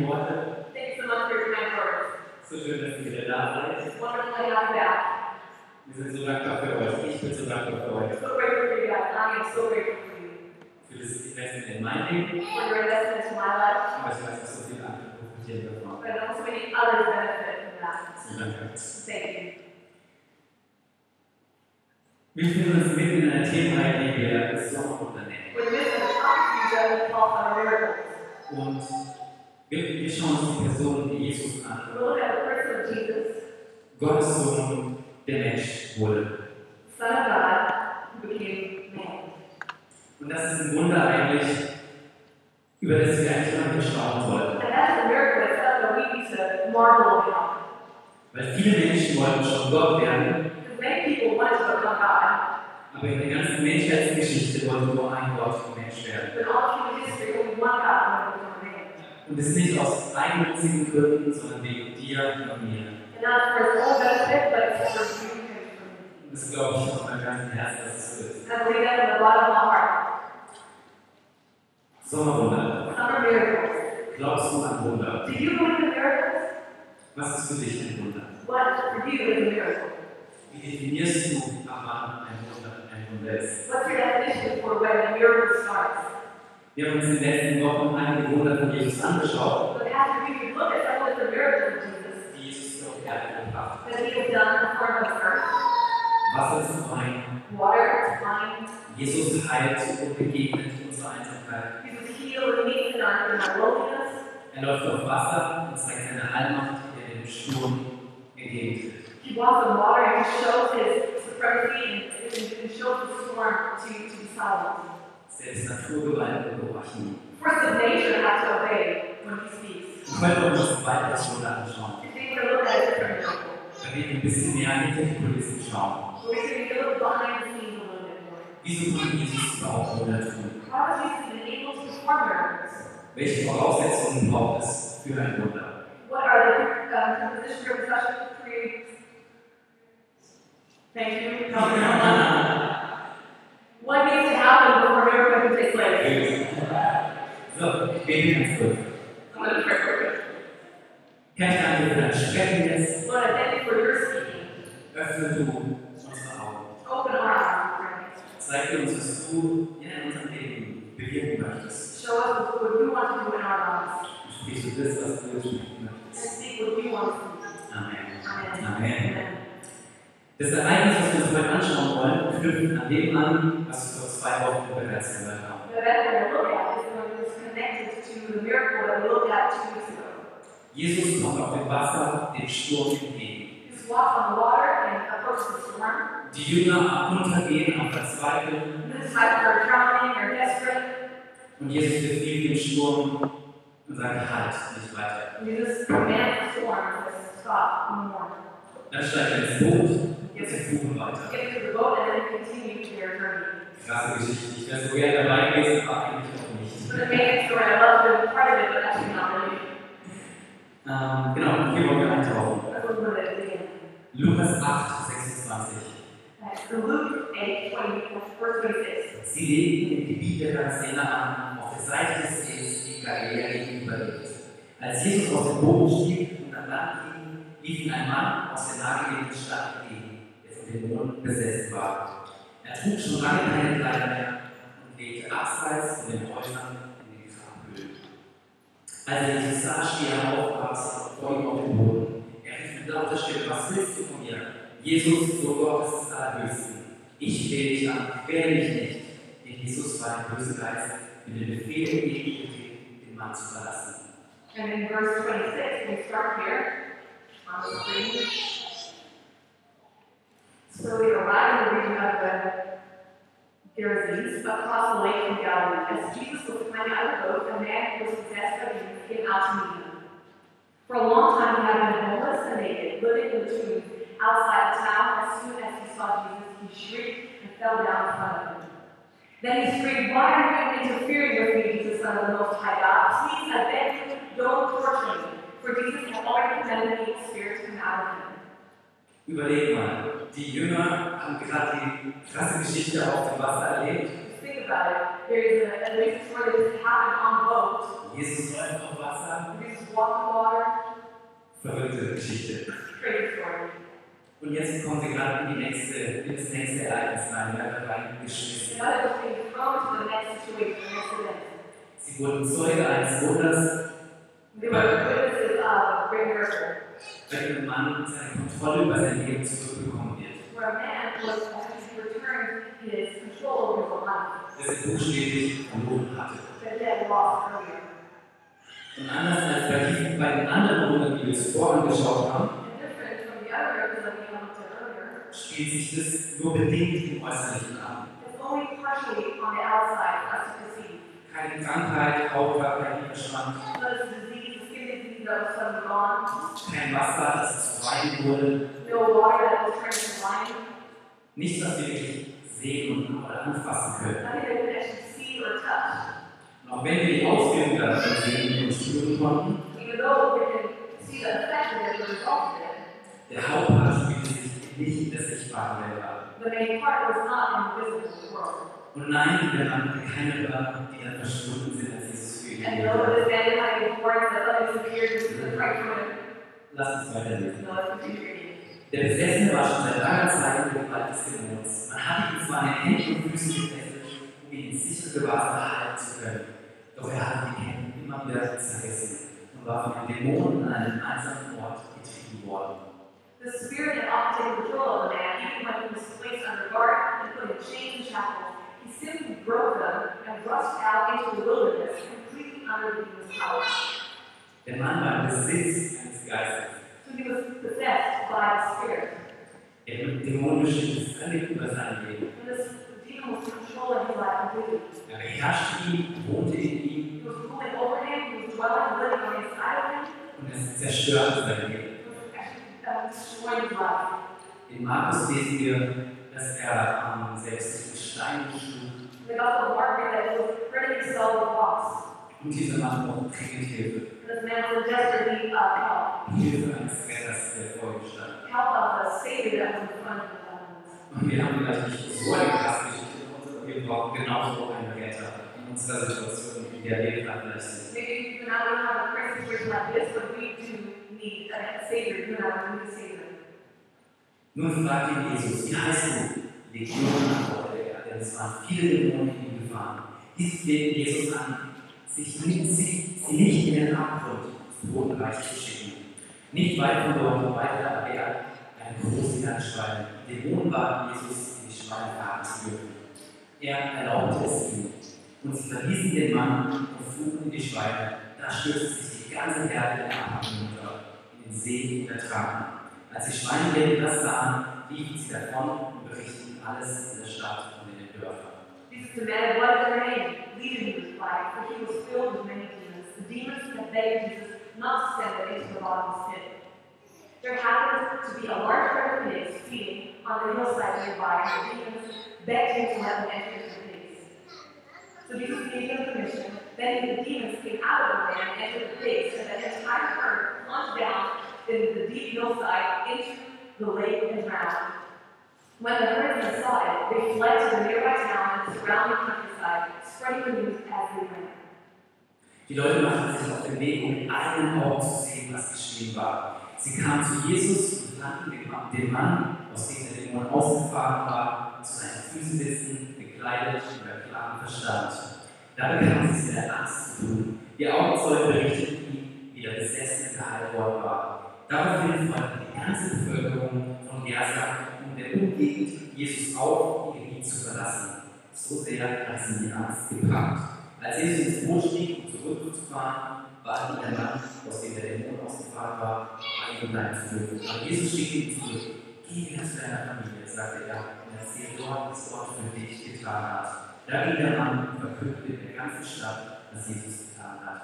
Wanda. Thanks so much for your kind words. So schön, dass ihr wieder da seid. It's wonderful to have you back. Wir sind so dankbar für euch. Ich bin so dankbar für euch. I'm so grateful for you guys. I am so grateful for you. Für das Investment in mein Leben. For your investment into my life, Aber ich weiß, dass so viele andere profitieren davon. but I know so many others benefit from that. So danke. Thank you. Wir befinden uns mitten in einer Themenreihe, die wir Sommerwunder nennen. We're missing the topic you guys call on miracles. Und wir, wir schauen uns die Person Jesus an. We'll look at the person of Jesus, Gottes Sohn, der Mensch wurde. Son of God, who became man. Und das ist ein Wunder eigentlich, über das wir eigentlich immer wieder schauen sollten. And that's a miracle itself that we need to marvel about. Weil viele Menschen wollten schon Gott werden. Because many people want to become God, Aber in der ganzen Menschheitsgeschichte wollte nur ein Gott vom Mensch werden. but in all human history, only one God wanted to become man. Und das nicht aus eigennützigen Gründen, sondern wegen dir und mir. And not for his own benefit, but it's for you and for Und das glaube ich aus meinem ganzen Herzen, dass es so ist. me. I believe that from the bottom of my heart. Sommerwunder. Some are miracles. Glaubst du an Wunder? Do you believe in miracles? Was ist für dich ein Wunder? What for you is a miracle? Wie definierst du, ab wann ein Wunder ein Wunder ist? What's your definition for when a miracle starts? Wir haben uns in den letzten Wochen einige Wunder von Jesus angeschaut, So the after we can look at some of the miracles of Jesus die Jesus auf die Erde gebracht hat. that he has done in the form of earth, Wasser zu Wein, water, wine. Jesus heilt und begegnet unsere Einsamkeit. He was healed and needs in our, in our loneliness. Er läuft auf Wasser und zeigt seine Allmacht, die er dem Sturm entgegentritt. He walks on water and he shows his supremacy and, and, and shows the storm to, to be silent. Selbst Naturgewalten beobachten. Force of nature has to obey when he speaks. Wir können uns ein weiteres Wunder anschauen, If they were to look at it from people, wenn wir ein bisschen mehr hinter die Kulissen schauen. we could look behind the scenes a little bit more. Wieso kann Jesus überhaupt Wunder tun? How was Jesus able to perform miracles? Welche Voraussetzungen braucht es für ein Wunder? What are the uh, composition of such creeds? Thank you. what needs to happen before a miracle can take place? So, wir gehen ganz kurz. I'm going to pray for Herr, ich danke dir für dein Schreckendes. you. Lord, I thank you for your speaking. Öffne du unsere Augen. Open our eyes, Zeig dir uns, was du ja, in unserem Leben bewirken möchtest. Lord. Show us what you want to do in our lives. Sprich du das, was du sprechen And möchtest. speak what you want to do. Amen. Amen. Amen. Amen. Das Ereignis, was wir uns heute anschauen wollen, knüpft an dem an, was wir vor zwei Wochen bereits gehört haben. The event that we look at is when it's connected to the miracle that we looked at two weeks ago. Jesus kommt auf dem Wasser dem Sturm entgegen. He's walked on the water and approached the storm. Die Jünger am Untergehen, am Verzweifeln The disciples are drowning, they're desperate. und Jesus befiehlt dem Sturm und sagt, halt, nicht weiter. And Jesus commands the storm and says, stop, no more. Dann steigt er ins Boot und sie fuhren weiter. Get into the boat and then continue their journey. Krasse Geschichte. Ich wäre so gerne dabei gewesen, aber eigentlich auch nicht. So the main story, I love the part of it, but actually not really. Ähm, genau, hier wollen wir eintauchen. That's a little bit at the beginning. Lukas 8, 26. That's the Luke 8, 20, verse 26. Sie lebten im Gebiet der Gadasener an, auf der Seite des Sees, die Galiläa gegenüber liegt. Als Jesus aus dem Boot stieg und am Land ging, lief ihm ein Mann aus der nahegelegenen Stadt entgegen, der von Dämonen besessen war. Er trug schon lange keine Kleider mehr und lebte abseits von den Häusern in den Grabhöhlen. Als er Jesus sah, schrie er auf, warf vor ihm auf den Boden. Er rief mit lauter Stimme: Was willst du von mir? Jesus, so Gottes des Allerhöchsten. Ich will dich an, quäle dich nicht. Denn Jesus war ein böser Geist, mit dem Befehl entgegengetreten, den Mann zu verlassen. And in verse 26, we start here on the screen. So we arrive in the region of the Gerasenes, across the lake from Galilee. As Jesus was climbing out of the boat, a man who was possessed by demons came out to meet him. For a long time, he had been homeless and naked, living in the tombs outside the town. As soon as he saw Jesus, he shrieked and fell down in front of him. Then he screamed, Why are you interfering with me, Jesus, Son of the Most High God? Please, I beg you, don't torture me. For Jesus had already commanded the evil spirit to come out of him. Überleg mal, die Jünger haben gerade die krasse Geschichte auf dem Wasser erlebt. Just think about it. There is a, a reason for this to happen on the boat. Jesus läuft auf Wasser, Jesus Jesus walked the water. Verrückte Geschichte. Crazy story. Und jetzt kommen wir gerade in, die nächste, in das nächste Ereignis rein. Wir haben reingeschmissen. The other was being thrown into the next situation, the next event. Sie wurden Zeuge eines Wunders, They were witnesses of a great miracle, bei dem ein Mann seine Kontrolle über sein Leben zurückbekommen wird. where a man was he returned his control over his own life Das er buchstäblich verloren hatte. that he had lost earlier. Und anders als bei, diesen, bei den anderen Wundern, die wir zuvor angeschaut haben, And different from the other because of the element earlier, spielt sich das nur bedingt im Äußerlichen ab. it's only partially on the outside for us to perceive. Keine Krankheit, Hautfarbe, kein Überschwang, Those diseases, skin disease that was suddenly gone, kein Wasser, das zu Wein wurde. no water that was turned to wine, Nichts, was wir wirklich sehen und oder anfassen können. nothing that we could actually see or touch. Und auch wenn wir die Auswirkungen davon sehen und spüren konnten, Even though we can see the effect of it, the result of it, der Hauptpart spielt sich nicht in der sichtbaren Welt ab. the main part was not in the visible world. Und nein, wir haben keine Hörer, die dann verschwunden sind, als Jesus für ihn And gelebt know hat. this man behind the horns that let his appear to the right from Lass uns weiterlesen. it. No, it's continuing. Der Besessene war schon seit langer Zeit in der Gewalt des Dämons. Man hatte ihn zwar an den Händen und Füßen gefesselt, um ihn in sichere Gewahrsam halten zu können. Doch er hatte die Hände immer wieder zerrissen und war von den Dämonen an einen einsamen Ort getrieben worden. The spirit had often taken control of the man, even when he was placed under guard and put in chains and shackles. He simply broke them and rushed out into the wilderness, completely under the demon's power. Der Mann war im Besitz eines Geistes, So he was possessed by the spirit. der dämonische ist völlig über sein Leben. And this the demon was controlling his life completely. Er beherrschte ihn, wohnte in ihm He was ruling over him, he was dwelling, living on the inside of him, und es zerstörte sein Leben. he was actually uh, destroying his life. In Markus lesen wir, dass er ähm, selbst durch Steine schlug The Gospel of Mark reads that he was ready to sell the cross. und dieser Mann braucht dringend Hilfe. This man was desperately uh, Hilfe eines Retters, der vor ihm stand. help, help of the Savior that was in front of him. Und wir haben vielleicht nicht so eine krasse Geschichte in uns, aber wir brauchen genauso einen Retter in unserer Situation, in der wir gerade vielleicht sind. Maybe you and I don't have a crazy situation like this, but we do need a Savior. You and I need a Savior. Nun fragt ihn Jesus, wie heißt du? Legion antwortete er, denn es waren viele Dämonen in ihm gefahren. Dies flehte Jesus an, sich nicht, sie, sie nicht in den Abgrund des Bodenreichs zu schicken. Nicht weit von dort weiter aber er eine große Landschweine. Die Dämonen baten Jesus, in die Schweine fahren zu dürfen. Er erlaubte es ihnen. Und sie verließen den Mann und fuhren in die Schweine. Da stürzte sich die ganze Herde der Abhang hinunter, in den See und ertranken. Als die Schweinehirten das sahen, liefen sie davon und berichteten alles in der Stadt und in den Dörfern. Jesus demanded, What is your name? Legion he replied, for he was filled with many demons. The demons had begged Jesus not to send them into the bottomless pit. There happened to be a large herd of pigs feeding on the hillside nearby, and the demons begged him to let them enter into the pigs. So Jesus gave them permission. Then the demons came out of the man and entered the pigs, and the entire herd plunged down in the deep hillside into the lake and drowned. When the herdsmen saw it, they fled to the nearby town and the surrounding countryside, spreading the news as they went. Die Leute machten sich auf den Weg, um in einem Auge zu sehen, was geschehen war. Sie kamen zu Jesus und fanden den Mann, den Mann aus dem der Dämon ausgefahren war, zu seinen Füßen sitzen, gekleidet und bei klarem Verstand. Da bekamen sie es mit der Angst zu tun. Die Augenzeugen berichteten ihm, wie der Besessene geheilt worden war. Daraufhin folgte die ganze Bevölkerung von Gersa und der Umgegend Jesus auf, ihr Gebiet zu verlassen. So sehr hat sie die Angst gepackt. Als Jesus ins Boot stieg, um zurückzufahren, war ihm der Mann, aus dem der Dämon ausgefahren war, bei ihm bleiben zu dürfen. Aber Jesus schickte ihn zurück. Geh wieder zu deiner Familie, sagte er, und erzähl dort, was Gott für dich getan hat. Da ging der Mann und verkündete in der ganzen Stadt, was Jesus getan hat.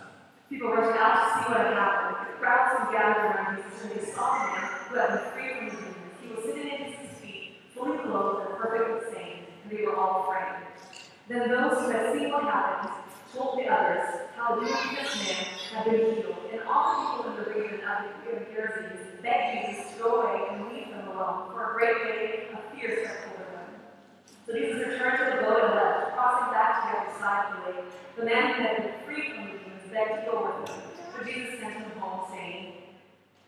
People rushed out to see what had happened. The crowds gathered around Jesus and they saw the man who had been free from the demons. He was sitting at his feet, fully clothed and perfectly sane, and they were all afraid. Then those who had seen what happened told the others how the this man had been healed, and all the people in the region of the Pharisees begged Jesus to go away and leave them alone, for a great day of fear swept over them. So Jesus returned to the boat and left, crossing back to the other side of the lake. The man who had been free from the demons begged to go with him, but Jesus sent him home, saying,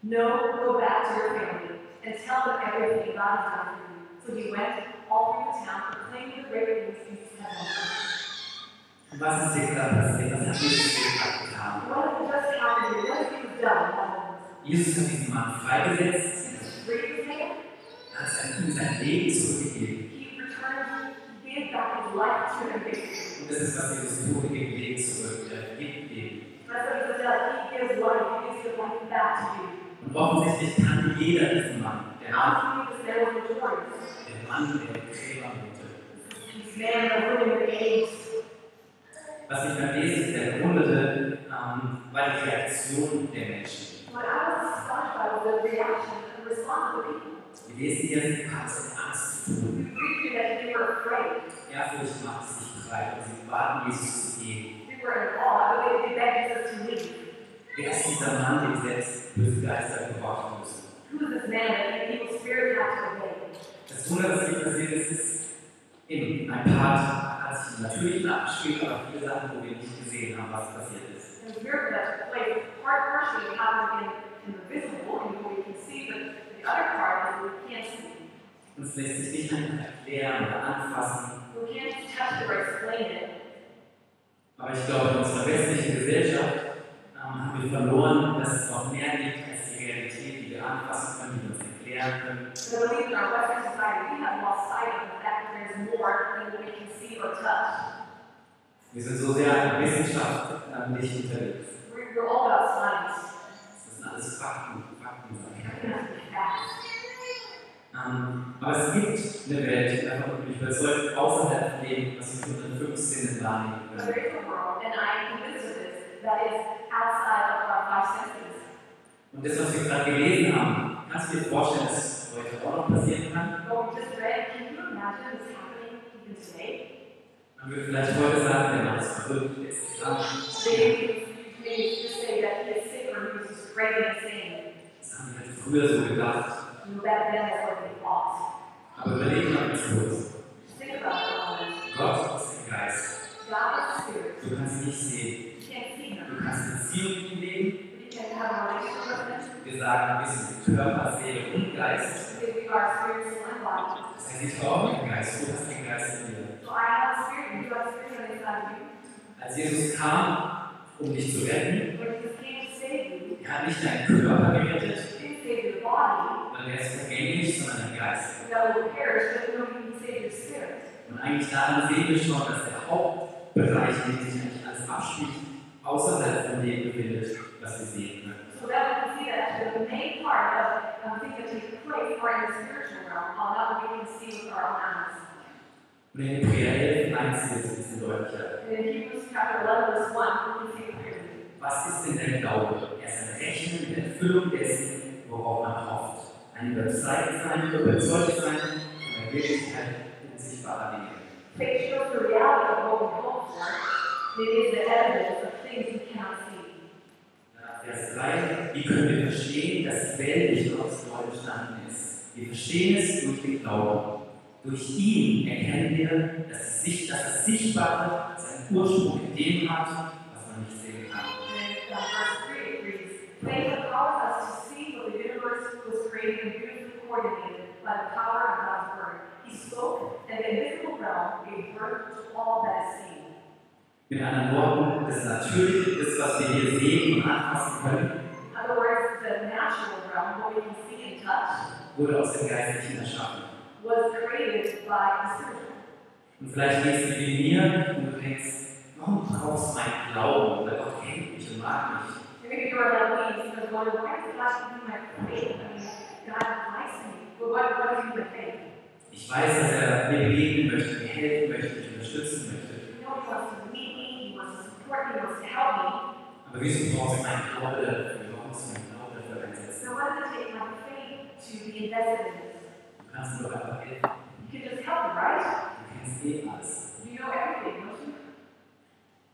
No, go back to your family and tell them everything God has done for you. So he went all through the town, proclaiming the great things Jesus had done. Was ist hier gerade passiert? Was hat Jesus hier gerade getan? What has just happened? What has he done? Jesus hat diesen Mann freigesetzt, Jesus freed his hand. hat sein- ihm sein Leben zurückgegeben. He returned, he gave back his life to him. That's Und das ist, was wir das vorige Leben zurück äh, gibt. Leben. what he does. He gives life. He gives the life back to you. Und offensichtlich kann jeder diesen Mann, der Mann, Now he is there with the joys. der Mann, der Gräber wurde. This man, a woman, and age. Was ich beim Lesen sehr wunderte, ähm, war die Reaktion der Menschen. When I was astonished by the reaction and response of the people, Wir lesen hier, sie hat es in Angst zu we tun. read that they were afraid. Ehrfurcht macht sich bereit und sie baten Jesus zu gehen. We were in awe. I believe they begged us to leave. Wer ist dieser Mann, dem selbst böse Geister gehorchen müssen? Who is this man that the evil spirit had to obey? Das Wunder, das hier passiert ist, ist in ein Part hat sich natürlich abgespielt, aber viele Sachen, wo wir nicht gesehen haben, was passiert ist. And the miracle that's played part partially happened in, in the visible, in what we can see, but the other part is we can't see. Uns lässt sich nicht einfach erklären oder anfassen. We can't touch it or explain it. Aber ich glaube, in unserer westlichen Gesellschaft ähm, haben wir verloren, dass es noch mehr gibt als die Realität, die wir anfassen können, die wir uns erklären können. But I believe in our Western society, we have lost sight of the fact that there's more than what we can see or touch. Wir sind so sehr wissenschaftlich ähm, unterwegs. We're, we're all about science. Das sind alles Fakten, Fakten. Everything has to be facts. Ähm, aber es gibt eine Welt, davon bin ich überzeugt, außerhalb von dem, was wir unter 15 Sinnen wahrnehmen But können. there is a world, and I am convinced of this, that is outside of our five senses. Und das, was wir gerade gelesen haben, kannst du dir vorstellen, dass es heute auch noch passieren kann? What we just read, can you imagine this happening even today? Man würde vielleicht heute sagen, der Mann ist verrückt, der ist krank. Maybe, maybe just say that he is sick or he was just crazy and insane. Das haben wir halt früher so gedacht. You bet that is what we lost. Aber überlegen wir uns kurz. Think about it. Gott ist ein Geist. God is spirit. Du kannst ihn nicht sehen. You can't see him. Du kannst Beziehungen mit ihm leben. We can have a relationship with him. Wir sagen, wir sind Körper, Seele und Geist. because We are spiritual and body. Das heißt, ich brauche einen Geist. Du hast den Geist in dir. So I have a spirit, and you have a spirit on the inside of Als Jesus kam, um dich zu retten, you. But he came to save you. er hat nicht deinen Körper gerettet, He didn't save your body. weil er ist vergänglich, sondern dein Geist. That will perish, but no, he can save your spirit. Und eigentlich daran sehen wir schon, dass der Hauptbereich, in dem sich eigentlich alles abspielt, außerhalb von dem befindet, was wir sehen können. So that we can see that actually the main part of um, things that take place are in the spiritual realm, all that we can see with our own eyes. Und in Hebräer 11, 1 wird es ein bisschen deutlicher. And in Hebrews chapter 11, verse 1, we can see clearly. Was ist denn dein Glaube? Er ist ein Rechnen in der Erfüllung dessen, worauf man hofft. Ein Überzeugtsein, Überzeugtsein von der Wirklichkeit unsichtbarer Dinge. Faith shows the reality of what we hope for. It is the evidence of things we cannot see. Danach Vers 3. Wie können wir verstehen, dass die Welt nicht aus Gott entstanden ist? Wir verstehen es durch den Glauben. Durch ihn erkennen wir, dass, es sich, dass das Sichtbare seinen Ursprung in dem hat, was man nicht sehen kann. And then, uh, verse 3 it reads, Faith empowers us to see what the universe was created and beautifully coordinated by the power of God's word. He spoke, and the invisible realm gave birth to all that is seen. Mit anderen Worten, das Natürliche, das, was wir hier sehen und anfassen können, In other words, the natural realm, what we can see and touch, wurde aus dem Geistlichen erschaffen. was created by the spiritual. Und vielleicht gehst du wie mir und du denkst, warum brauchst du meinen Glauben? Weil Gott kennt mich und mag mich. And maybe you're like me, because going, why does God have to be my faith? I mean, God likes me, but what, what is he with faith? Ich weiß, dass er mir begegnen möchte, mir helfen möchte, mich unterstützen möchte. You know, he wants to meet me, he wants to support me, he wants to help Aber wieso brauchst du meinen Glaube dafür? Du brauchst meinen Glaube dafür me. einsetzen. So what does it take my faith to be invested in this? Du kannst mir doch einfach helfen. You can just help, right? Du kennst eh alles. You know everything, don't you?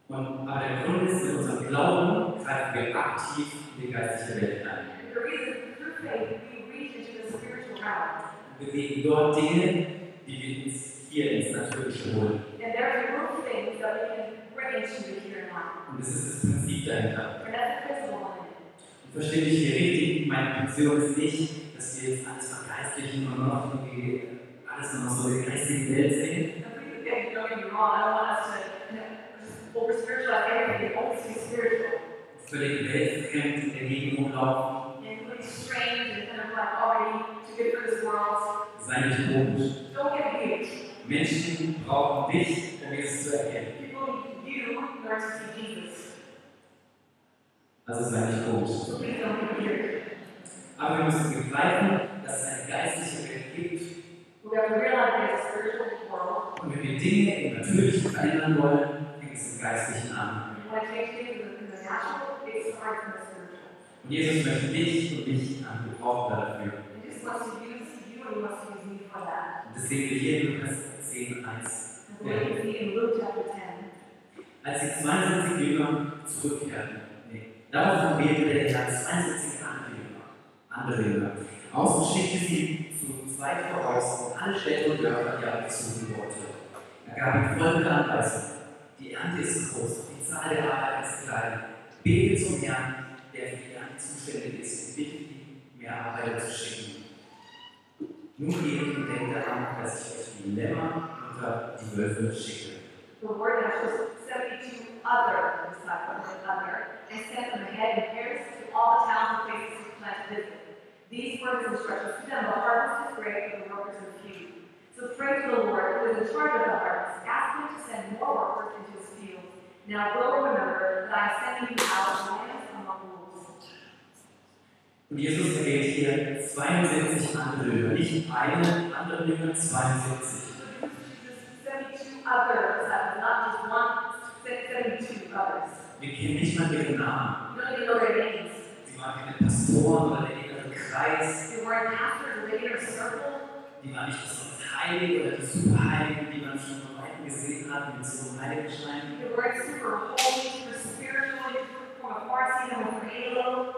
Und, aber der Grund ist, mit unserem Glauben greifen wir aktiv in die geistliche Welt ein. And the reason through faith we reach into the spiritual realm. Wir bewegen dort Dinge, die wir uns hier ins Natürliche holen. And there's a group of things that we can bring into the here and now. Und das ist das Prinzip dahinter. And that's the principle Verstehe ich hier richtig, meine Intention ist nicht, dass wir jetzt alles vergeistlichen und nur noch irgendwie alles nur noch so in der geistigen Welt sehen. And please don't get me wrong, I don't want us to you know, just over spiritualize everything, it always be spiritual. Völlig weltfremd in der Gegend rumlaufen, And really strange and kind of like already too good for this world. sei nicht komisch. Don't get engaged. Menschen brauchen dich, um Jesus zu erkennen. People need you in order to see Jesus. Also sei nicht komisch. So please don't get weird. Aber wir müssen begreifen, dass es eine geistliche Welt gibt. We have to realize that it's a spiritual world. Und wenn wir Dinge im Natürlichen verändern wollen, fängt es im Geistlichen an. And when I change things in the- in the natural, it's hard in the spiritual. Und Jesus möchte dich und mich an gebrauchen dafür. He just wants to use you and he wants to use me for that. Und das sehen wir hier in Lukas 10, 1. And so we can see in Luke chapter 10. Als die 72 Jünger zurückkehrten, nee, darauf vermehrte der Herr 72 andere Jünger, andere Jünger. Ausgeschickte sie zu zweit voraus in alle Städte und Dörfer, die er bezogen wollte. Er gab ihnen folgende Anweisung: Die Ernte ist groß, die Zahl der Arbeit ist klein. Bete zum Herrn, der für die Ernte zuständig ist, und bitte ihn, mehr Arbeiter zu schicken. Nun geht und denkt daran, dass ich euch die Lämmer unter die Wölfe schicke. The word that was 72 other disciples, and other, and sent them ahead in pairs to all the towns and places to plant business. These were his instructions to them, the harvest is great, but the workers are few. So pray to the Lord, who is in charge of the harvest, ask him to send more workers into his field. Now will remember that I am sending you out as lambs among wolves. Und Jesus erwähnt hier 72 andere Jünger, nicht eine andere Jünger, 72. Seventy-two others, that was not just one, se- seventy-two others. Wir kennen nicht mal ihre Namen. You don't even know their names. Sie waren keine Pastoren oder der innere Kreis. They weren't pastors, they were in a circle. Die waren nicht besonders heilig oder die Superheiligen, die man schon von weitem gesehen hat, mit so einem Heiligenschein. They weren't super holy, super spiritual, they were from a Pharisee, they were from Halo.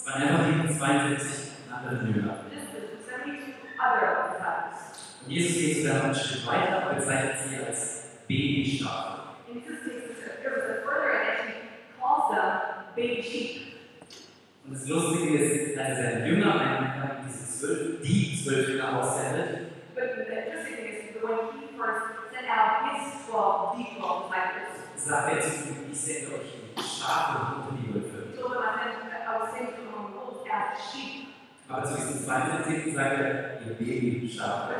Es waren einfach die 72 anderen Jünger. Just the seventy-two other disciples. Und Jesus geht sogar noch einen Schritt weiter und bezeichnet sie als Babyschafe. And this takes us, there was a further and actually calls them baby sheep. Und das Lustige ist, dass er seine Jünger, einen- diese zwölf, die zwölf Jünger aussendet, But the interesting thing is, when he first sent out his twelve, the twelve disciples, sagt er zu ihm, ich sende euch die Schafe unter die Wölfe. he told them, I sent, I was sending them among wolves as sheep. Aber zu diesen 72 sagt er, ihr Babyschafe.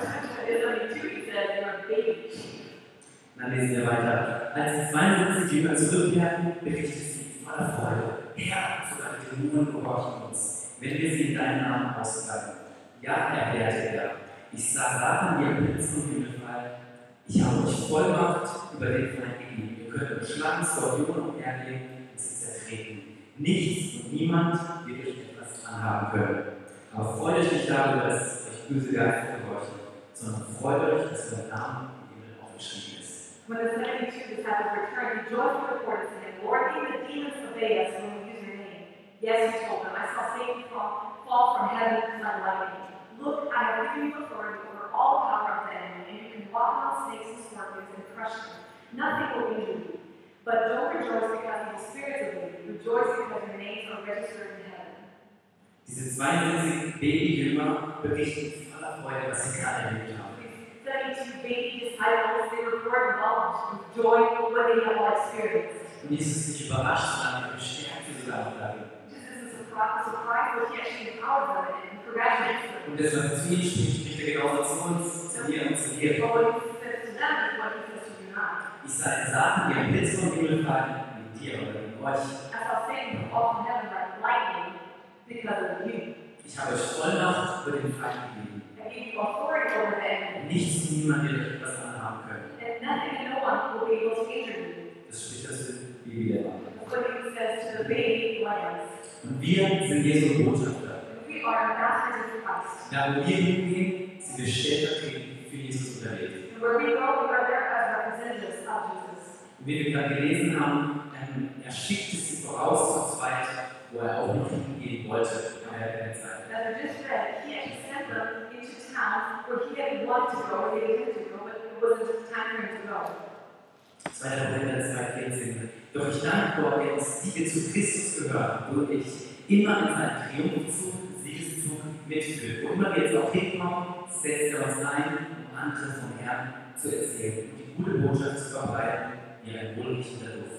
Und Dann lesen wir weiter. Als die 72 Jünger zurückkehrten, berichteten sie voller Freude. Herr, sogar die Dämonen gehorchen uns, wenn wir sie in deinem Namen ausbreiten. Ja, erklärte er. Ich sah Satan wie ein Blitz vom Himmel fallen. Ich habe euch Vollmacht über den Feind gegeben. Ihr könnt mit Schlangen, Skorpionen umhergehen und sie zertreten. Nichts und niemand wird euch etwas anhaben können. Aber freut euch nicht darüber, dass euch böse Geister gehorchen, sondern freut euch, dass euer Name im Himmel aufgeschrieben ist. When the seventy-two disciples returned, he joyfully reported to them, Lord, even the demons obey us when we use your name. Yes, he told them, I saw Satan fall, fall from heaven like lightning. Look, I have given you authority over all the power of the enemy, and you can walk on snakes and scorpions and crush them. Nothing will injure you. But don't rejoice because evil spirits obey you. Rejoice because your names are registered in heaven. Diese 72 Babyjünger berichten voller Freude, was sie gerade erlebt haben. Seventy-two baby disciples, they report knowledge and joy what they have all experienced. Und Jesus ist nicht überrascht, sondern er bestärkt sie sogar darin. This is a surprise, surprise that he actually empowered them and congratulates them. Und das, was zu ihnen spricht, spricht er genauso zu uns, zu mir und zu dir. But what he says to them is what he says to you not. Ich sah den Sachen, die am Blitz vom Himmel fallen, mit dir oder mit euch. As I say, you fall from heaven like lightning because of you. Ich habe euch Vollmacht über den Feind gegeben. I give you authority over the enemy, Nichts und niemand wird euch etwas anhaben können. and nothing and no one will be able to injure you. Das spricht das Babyjünger. That's what he says to the baby lambs. Und wir sind Jesu Botschafter. We are ambassadors of Christ. Da wo wir hingehen, sind wir stellvertretend für Jesus unterwegs. And where we go, we are there as representatives of Jesus. wie wir gerade gelesen haben, ähm, er schickt es ihm voraus zu zweit, wo er auch noch hingehen wollte in der Zeit. As we just read, he actually sent them into town where he had wanted to go, where they wanted to go, but it wasn't time for him to go. 2. Korinther 2,14. Doch ich danke Gott, der uns die wir zu Christus gehören, und ich immer in seinem Triumphzug, Siegeszug mitführt. Wo immer wir jetzt auch hinkommen, setzt er uns ein, um andere vom Herrn zu erzählen und die gute Botschaft zu verbreiten, wie ein wohlriechender Duft.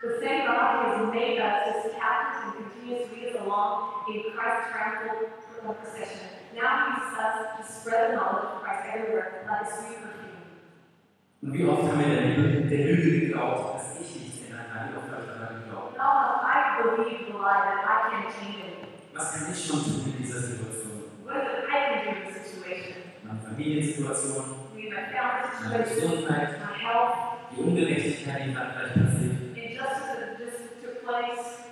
The same God who has made us his captives and continues to lead us along in Christ's triumphal procession now uses us to spread the knowledge of Christ everywhere like a sweet perfume. Und wie oft haben wir der Lüge, der Lüge geglaubt, dass ich nichts ändern kann, wie oft habe ich daran geglaubt. Now I believe the lie that I can't change it. Was kann ich schon tun in dieser Situation? What is it I can do in this situation? Meine Familiensituation, We my family meine situation, Gesundheit, my health, die Ungerechtigkeit, die gerade vielleicht passiert. injustice that just took place,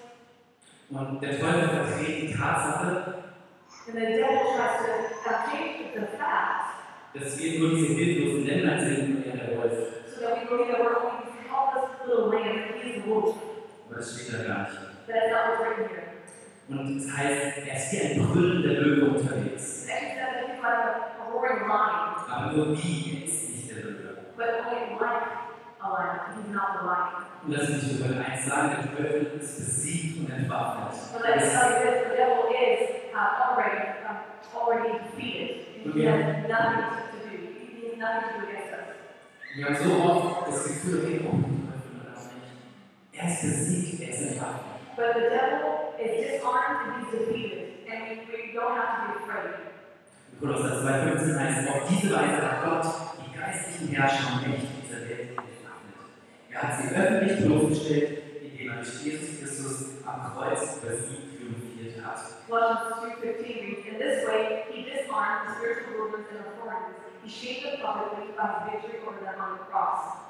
Und der Teufel verdreht die Tatsache, and the devil tries to obtain the facts dass wir nur diese hilflosen Länder sind und er der Wolf. so that we believe that we're only these helpless little lambs. He's the wolf. Aber das steht da gar nicht. That's not what's written here. Und es heißt, er ist wie ein brüllender Löwe unterwegs. It's actually said that he's like a, a roaring lion, Aber nur wie, er ist nicht der Löwe. but only like a lion. He's not the lion. Und lass mich über eins sagen, der Teufel ist besiegt und entwaffnet. But let me tell you this, the devil is uh, already, um, already defeated. And He has nothing to do. He has nothing to do against us. Wir haben so oft das Gefühl, okay, oh, der Teufel hat das nicht. er ist besiegt, er ist entwaffnet. But the devil is disarmed and he's defeated. And we, we don't have to be afraid. In Kolosser 2,15 heißt, auf diese Weise hat Gott die geistlichen Herrscher und Mächte dieser Welt entwaffnet. Er hat sie öffentlich bloßgestellt, indem er durch Jesus Christus am Kreuz über sie triumphiert hat. Colossians 2.15 reads, In this way, he disarmed the spiritual rulers and authorities. He shamed them publicly by his uh, victory over them on the cross.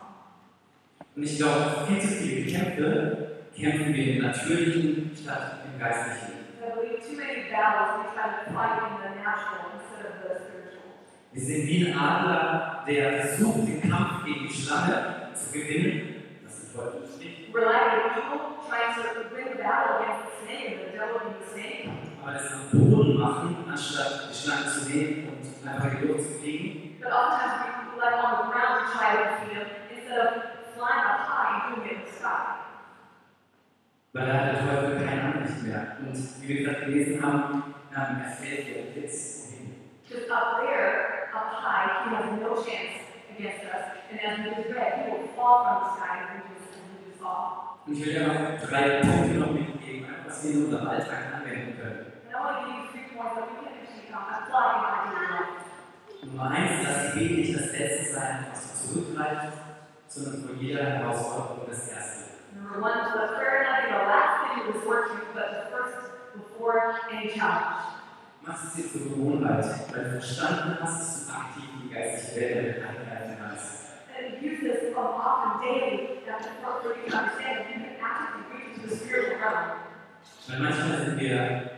Und ich glaube, viel zu viele Kämpfe kämpfen wir im Natürlichen statt im Geistlichen. I believe too many battles we try to fight in the natural instead of the spiritual. Wir sind wie ein Adler, der versucht, den Kampf gegen die Schlange zu gewinnen. Das ist deutlich nicht. We're like the people trying to win the battle against the snake, and the devil and the snake. Aber das am Boden machen, anstatt die Schlange zu nehmen und einfach in die Luft zu fliegen. But oftentimes we like on the ground to try to defeat him instead of flying up high and doing it in the sky. Weil da hat der Teufel keine Ansicht mehr. Und wie wir gerade gelesen haben, ähm, er fällt ja jetzt hin. Because up there, up high, he has no chance against us. And as we just read, he will fall from the sky and we just, we just fall. Und ich will dir noch drei Punkte noch mitgeben, einfach, was wir in unserem Alltag anwenden können. And I want to give you three points that we can actually um, apply in our daily life. Nummer eins, das Gebet nicht das letzte sein, was du zurückgreifst, sondern vor jeder Herausforderung das erste. Number one, to the prayer not be the last thing you resort to, but the first before any challenge. Mach es dir zur Gewohnheit, weil du verstanden hast, dass du aktiv die geistige Welt damit angreifen kannst. And use this um, often daily that the help for you to understand that you can actively reach into the spiritual realm. Weil manchmal sind wir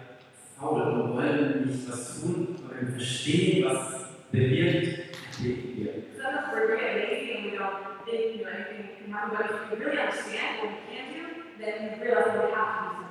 faul und wollen nicht was tun, aber wenn wir verstehen, was es bewirkt, beten wir. Sometimes we're very lazy and we don't think you know anything can happen, but if we really understand what we can do, then we realize that we have to do something.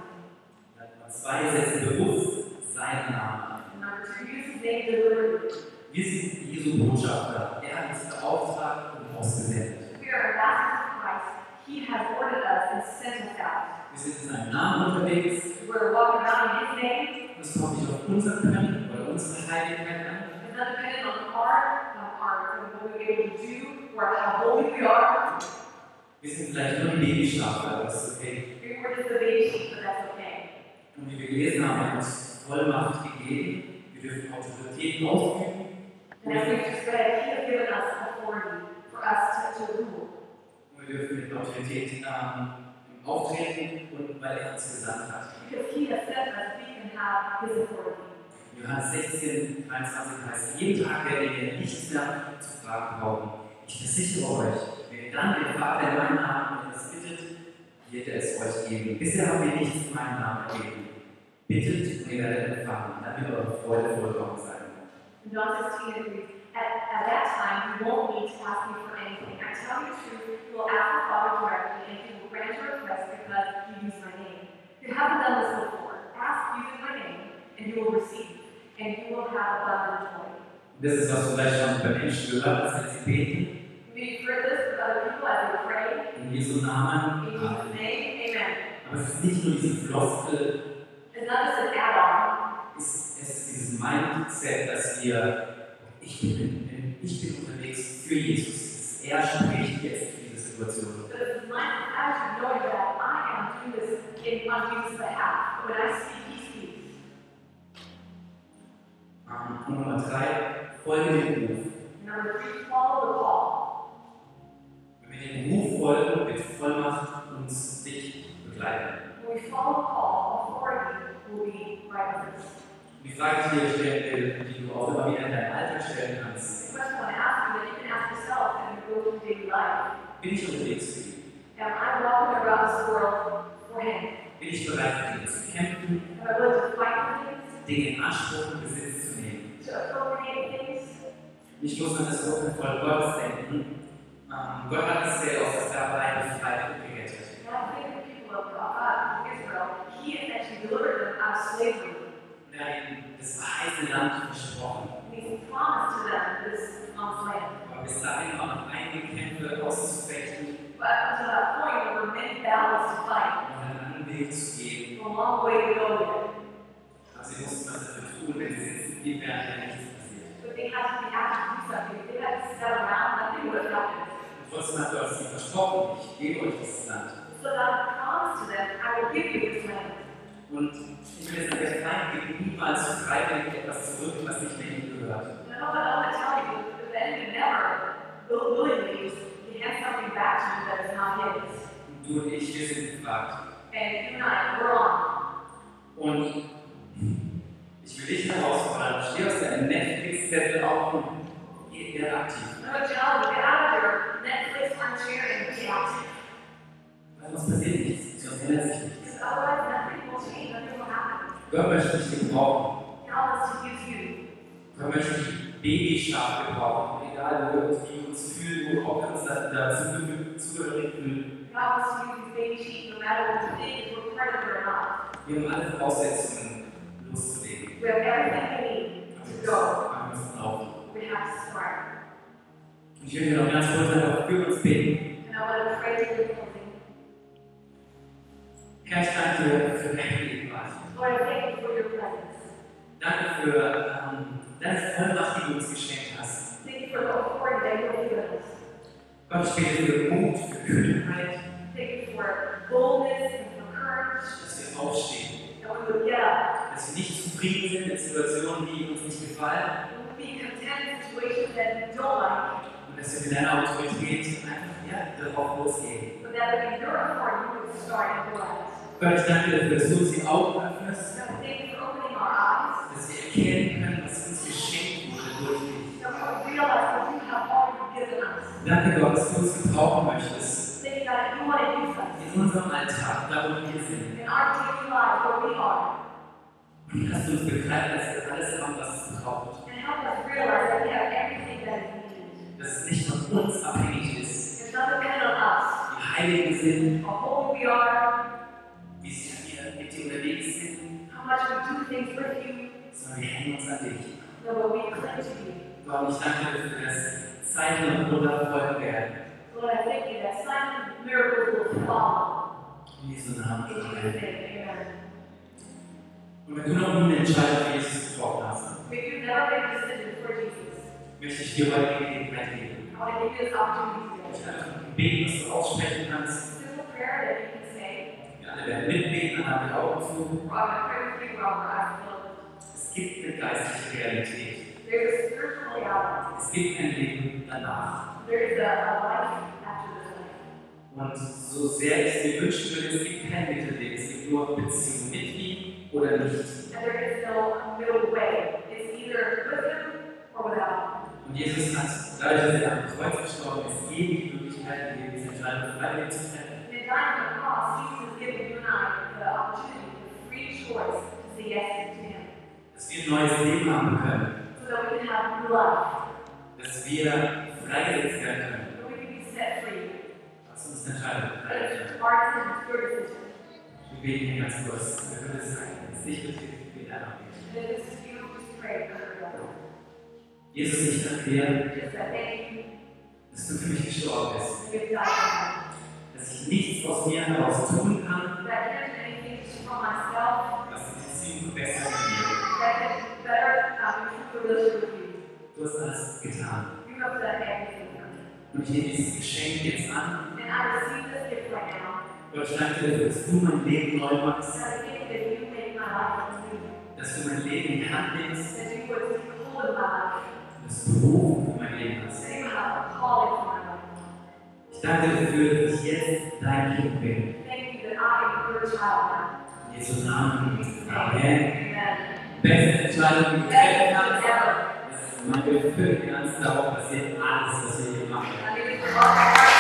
Nummer zwei, setze bewusst seinen Namen an. And number two, use his name deliberately. Wir sind Jesu Botschafter. Er hat uns beauftragt und ausgesendet. We are ambassadors of Christ. He has ordered us and sent us out. Wir sind in seinem Namen unterwegs. We're walking around in his name. Das kommt nicht auf unser Können oder unsere Heiligkeit an, It's not dependent on our, on our, on what we're able to do or how holy we are. Wir sind vielleicht nur Babyschlafer, aber das ist okay. We were disobedient, but that's okay. Und wie wir gelesen haben, hat uns Vollmacht gegeben. Wir dürfen Autorität ausüben. And as we just read, he has given us authority for us to, to rule. Und wir dürfen mit Autorität ähm, auftreten und weil er uns gesandt hat. Because he has sent us, we can have his authority. In Johannes 16, 23 heißt, jeden Tag werdet ihr nichts mehr zu fragen brauchen. Ich versichere euch, wenn ihr dann den Vater in meinem Namen etwas bittet, wird er es euch geben. Bisher haben wir nichts in meinem Namen gegeben. Bittet und ihr werdet empfangen, damit eure Freude vollkommen sein wird. And John 16 agrees, at, at that time, you won't need to ask me for anything. I tell you the truth, you will ask the Father directly, and he will grant your request because you use my name. You haven't done this before. Ask using my name, and you will receive, and you will have abundant joy. Das ist, was du vielleicht schon bei Menschen gehört hast, wenn sie beten. We've heard this with other people as they pray. In Jesu Namen. In Jesus' Aber es ist nicht nur diese Floskel, It's not just an add-on. es, es ist dieses Mindset, dass wir, ich bin, ich bin unterwegs für Jesus. Er spricht jetzt für diese Situation. But it's my attitude knowing that I am doing this in, on Jesus' behalf. When I speak, he speaks. Ähm, und Nummer drei, folge dem Ruf. Number three, follow the call. Wenn wir dem Ruf folgen, wird Vollmacht uns dich begleiten. When we follow the call, authority will be right with us. Und die Frage, die, ihr stellen, will, die du auch immer wieder in deinem Alltag stellen kannst, It's a question I want to ask you that you can ask yourself and your goal in daily life. bin ich unterwegs für ihn? Am I walking around this world for him? Bin ich bereit, für ihn zu kämpfen, Am I willing to fight for things? Dinge in Anspruch und Besitz zu nehmen? To appropriate things? Ich muss an das Wochenvoll Gottes denken. Ähm, Gott hat es sehr aus der Sklaverei befreit und gerettet. And I think the people of God, of Israel, he has actually delivered them out of slavery. Und er hat ihnen das verheißene Land versprochen. And he's promised to them this promised land. Aber bis dahin waren noch einige Kämpfe auszufechten But up to that point, there were many battles to und fight. einen langen Weg zu gehen. A long way to go Aber sie mussten das dafür tun, wenn sie jetzt blieben, wäre ja nichts passiert. yet. But they had to be active, do something. If they had to settle down, nothing would have happened. Und trotzdem hat Gott sie versprochen, ich gebe euch dieses Land. So God promised to them, I will give you this land. Und ich will jetzt der Feind geht niemals freiwillig etwas zurück, was nicht mehr ihm gehört. And I hope I don't tell you that the enemy never will willingly he hands something back to you that is not his. Und du und ich, wir sind gefragt. And you and I, we're on. Und ich will dich herausfordern, steh aus deinem Netflix-Zettel auf und geh wieder aktiv. I'm gonna tell you, get out of your Netflix on chair and get out. Weil sonst passiert nichts, sonst ändert sich nichts. Because otherwise nothing will change, nothing will happen. Gott möchte dich gebrauchen. God wants to use you. Gott möchte dich babyscharf gebrauchen. Egal, wo wir uns, wie wir uns fühlen, wo auch wir uns da- dazu zugehörig fühlen. God wants to use these baby sheep no matter what you think, if we're part of it or not. Wir haben alle Voraussetzungen, loszulegen. We have everything Aber wir müssen- aber wir müssen laufen. we need. We have to start. Und ich will dir noch ganz kurz einfach für uns beten. And I want to pray to you closing. Herr, ich danke dir für dein Gegenwart. Lord, I thank you for your presence. Danke für ähm, deine Vollmacht, die du uns geschenkt hast. Thank you for the authority that you have given us. Gott, ich bete für Mut, für Kühnheit, Thank you for boldness and for courage dass wir aufstehen. that we would get up. Dass wir nicht zufrieden sind in Situationen, die uns nicht gefallen. We would be content in situations that we don't like, Und dass wir mit deiner Autorität einfach ja, darauf losgehen. but that would be your authority you would start in your lives. Gott, ich danke dir dafür, dass du uns die Augen öffnest, So thank you for opening our eyes, dass wir erkennen können, was uns geschenkt wurde durch dich. that we would realize that you have already given us. Danke Gott, dass du uns gebrauchen möchtest Thank you God, that you want to use us in unserem Alltag, da wo wir sind. in our daily lives where we are, Und dass du uns begleitest, dass wir alles haben, was es braucht. and help us realize that we have everything that is needed. Dass es nicht von uns abhängig ist, It's not dependent on us, wie heilig wir sind, how holy we are, wie sehr wir mit dir unterwegs sind, how much we do things with you, sondern wir hängen uns an dich. but what we cling to you. Gott, ich danke dir, dass das Zeichen und Wunder folgen werden. Lord, I thank you that signs and miracles will follow. In Jesu Namen. In Jesus' Amen. name, amen. Und wenn du noch eine Entscheidung für Jesus getroffen hast, If you've never made a decision for Jesus, möchte ich dir heute die Gelegenheit geben. I want to give you this opportunity Ich habe ein Gebet, das du aussprechen to kannst. simple prayer that you can say. Wir alle werden mitbeten, dann haben die Augen zu. We're all going to pray with you, we're all going to ask you. Es gibt eine geistliche Realität. There's a spiritual reality. Es gibt ein Leben danach. There's a, a life after this life. Und so sehr ich es mir wünschen würde, es gibt kein Mittelding. Es gibt nur Beziehung mit ihm oder nicht. And there is no middle way. It's either with him or without him. Und Jesus hat, dadurch, dass er am Kreuz gestorben ist, jedem die Möglichkeit gegeben, diese Entscheidung freiwillig zu treffen. And in dying on the cross, Jesus has given you and I the opportunity, the free choice to say yes to him. Dass wir ein neues Leben haben können. So that we can have new life. Dass wir freigesetzt werden können. That we can be set free. Lass uns eine Entscheidung freiwillig It's our decision, it's your decision. Wir beten hier ganz kurz. Wir können es sagen, wenn es nicht betrifft, wir einfach nicht. And if it's you, just pray for us. Jesus, ich danke dir, Just that thank you dass du für mich gestorben bist. for your time. dass ich nichts aus mir heraus tun kann, That better than anything just for myself, Das sind die sieben Besten von that could better um, improve the relationship with you. dir. Du hast alles getan. You have done everything for me. Und ich nehme dieses Geschenk jetzt an. And I receive this gift right now. Gott, ich danke dir, dass du mein Leben neu machst, And I think that you make my life new. dass du mein Leben in die Hand nimmst, That you would hold my life. dass du Berufung für mein Leben hast. That you have a calling for my life. Ich danke dir dafür, dass ich jetzt dein Kind bin. Thank you that I am your child now. In Jesu Namen. Amen. Amen. Beste Entscheidung, die du treffen kannst. Ever. Das ist mein Gefühl, ganz darauf basiert alles, was wir hier machen. I think it's a lot.